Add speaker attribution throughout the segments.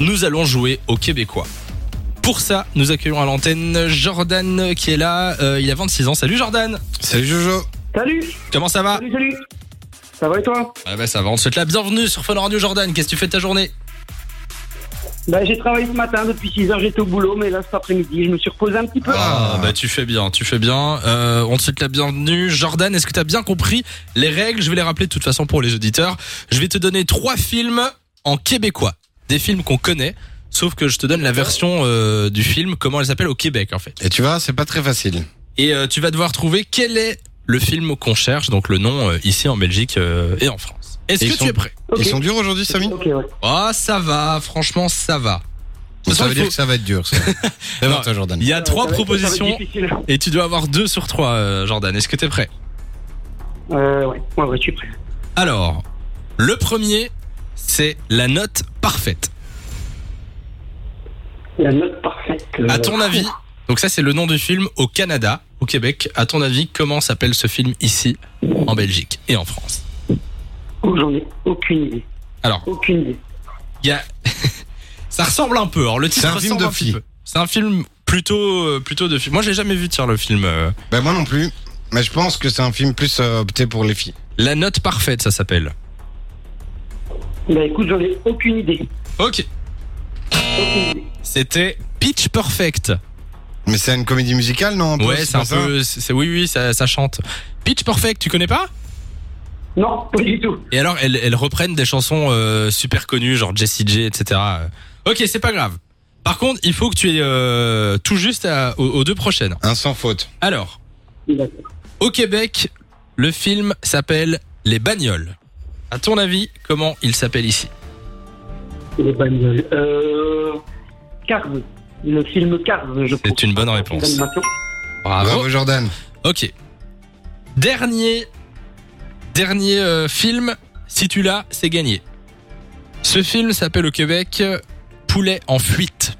Speaker 1: nous allons jouer aux Québécois. Pour ça, nous accueillons à l'antenne Jordan qui est là. Euh, il a 26 ans. Salut Jordan.
Speaker 2: Salut Jojo.
Speaker 3: Salut,
Speaker 1: Comment ça va
Speaker 3: salut, salut. Ça va et toi
Speaker 1: Ah bah ça va. On te souhaite la bienvenue sur Fun Radio Jordan. Qu'est-ce que tu fais de ta journée
Speaker 3: Bah j'ai travaillé ce matin depuis 6 heures, j'étais au boulot, mais là cet après-midi, je me suis reposé un petit peu.
Speaker 1: Ah, bah tu fais bien, tu fais bien. Euh, on te souhaite la bienvenue. Jordan, est-ce que tu as bien compris les règles Je vais les rappeler de toute façon pour les auditeurs. Je vais te donner trois films en québécois. Des films qu'on connaît, sauf que je te donne la version euh, du film, comment elle s'appelle au Québec en fait.
Speaker 2: Et tu vois, c'est pas très facile.
Speaker 1: Et euh, tu vas devoir trouver quel est le film qu'on cherche, donc le nom euh, ici en Belgique euh, et en France. Est-ce
Speaker 2: Et
Speaker 1: que
Speaker 2: ils
Speaker 1: tu
Speaker 2: sont-
Speaker 1: es prêt
Speaker 3: Ok.
Speaker 2: Ils sont durs aujourd'hui, Samy
Speaker 3: Ok, ouais.
Speaker 1: Ah ça va, franchement ça va. De toute
Speaker 2: Ça
Speaker 1: façon,
Speaker 2: veut
Speaker 1: il
Speaker 2: dire
Speaker 1: faut-
Speaker 2: que ça va être dur, ça. C'est
Speaker 1: Non.
Speaker 2: toi, Jordan.
Speaker 1: Il y a trois
Speaker 3: Ça va être- ça va être
Speaker 1: propositions
Speaker 3: difficile.
Speaker 1: et tu dois avoir deux sur trois, euh, Jordan. Est-ce que t'es prêt
Speaker 3: Euh, ouais. ouais, ouais, je suis prêt.
Speaker 1: Alors, le premier, c'est la note parfaite.
Speaker 3: La note parfaite. euh,
Speaker 1: À ton avis, donc ça c'est le nom du film au Canada, au Québec. À ton avis, comment s'appelle ce film ici, en Belgique et en France
Speaker 3: oh, J'en ai aucune idée.
Speaker 1: Alors,
Speaker 3: Aucune idée.
Speaker 1: il y a, ça ressemble un peu. Alors le titre
Speaker 2: C'est un film
Speaker 1: ressemble
Speaker 2: de
Speaker 1: un petit
Speaker 2: filles.
Speaker 1: peu. C'est un film plutôt, euh, plutôt de film. Moi, j'ai jamais vu tiens le film. euh,
Speaker 2: Bah, moi non plus. Mais je pense que c'est un film plus euh, opté pour les filles.
Speaker 1: La note parfaite, ça s'appelle.
Speaker 3: Bah écoute, j'en ai aucune idée.
Speaker 1: Ok,
Speaker 3: Aucune idée.
Speaker 1: c'était Pitch Perfect.
Speaker 2: Mais c'est une comédie musicale, non peu,
Speaker 1: ouais, c'est
Speaker 2: pas
Speaker 1: un
Speaker 2: ça
Speaker 1: peu, c'est c'est- oui, oui, ça, ça chante. Pitch Perfect, tu connais pas
Speaker 3: Non, pas du tout.
Speaker 1: Et alors, elles, elles reprennent des chansons euh, super connues, genre Jessie J, etc. Ok, c'est pas grave. Par contre, il faut que tu aies euh, tout juste à- aux, aux deux prochaines.
Speaker 2: Un sans faute.
Speaker 1: Alors,
Speaker 3: D'accord.
Speaker 1: au Québec, le film s'appelle Les Bagnoles. À ton avis, comment il s'appelle ici
Speaker 3: Les bagnoles. Euh. Carve. Le film Carve, je pense.
Speaker 1: C'est une bonne réponse.
Speaker 3: D'animation.
Speaker 1: Bravo.
Speaker 2: Bravo, Jordan.
Speaker 1: Ok. Dernier, dernier euh, film. Si tu l'as, c'est gagné. Ce film s'appelle au Québec euh, Poulet en fuite.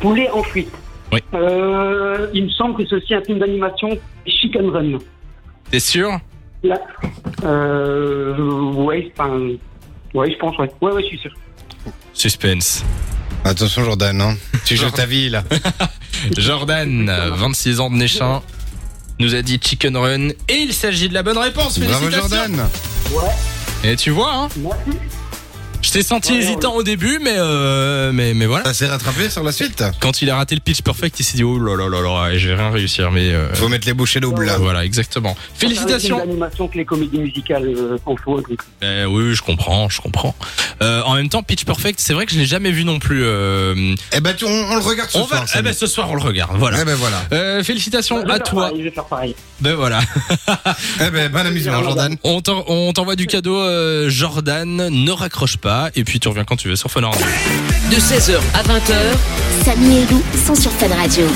Speaker 3: Poulet en fuite.
Speaker 1: Oui.
Speaker 3: Euh, il me semble que c'est aussi un film d'animation Chicken Run.
Speaker 1: T'es sûr
Speaker 3: Là. Euh, ouais, enfin. Ouais, je pense, ouais. Ouais, ouais, je suis sûr.
Speaker 1: Suspense.
Speaker 2: Attention, Jordan, hein. Tu joues ta vie, là.
Speaker 1: Jordan, euh, 26 ans de Néchin, nous a dit Chicken Run et il s'agit de la bonne réponse.
Speaker 2: Bravo,
Speaker 1: Félicitations.
Speaker 2: Jordan.
Speaker 1: Et tu vois, hein,
Speaker 3: Merci.
Speaker 1: je t'ai senti
Speaker 3: Ouais,
Speaker 1: hésitant au début, mais euh, mais mais voilà.
Speaker 2: Ça s'est rattrapé sur la suite.
Speaker 1: Quand il a raté le pitch perfect, il s'est dit oh là là là là, je vais rien réussir, mais euh,
Speaker 2: Faut mettre les bouchées doubles, là.
Speaker 1: voilà exactement.
Speaker 3: C'est
Speaker 1: Félicitations.
Speaker 3: l'animation que les comédies musicales euh, en font. donc.
Speaker 1: Eh oui, oui, je comprends, je comprends. Euh, en même temps, Pitch Perfect, c'est vrai que je l'ai jamais vu non plus. euh,
Speaker 2: Eh ben, tu- on, on le regarde ce
Speaker 1: on va,
Speaker 2: soir,
Speaker 1: eh
Speaker 2: Samy.
Speaker 1: ben, ce soir, on le regarde. Voilà.
Speaker 2: Eh ben, voilà.
Speaker 1: Euh, félicitations
Speaker 3: Je vais
Speaker 1: à
Speaker 3: faire
Speaker 1: toi.
Speaker 3: pareil, je vais faire pareil.
Speaker 1: Ben voilà.
Speaker 2: Eh ben, bon amusement, Jordan.
Speaker 1: On t'en- on t'envoie du cadeau, euh, Jordan. Ne raccroche pas. Et puis tu reviens quand tu veux sur Fun Radio.
Speaker 4: De 16h à 20h,
Speaker 5: Samy et Lou sont sur Fan Radio.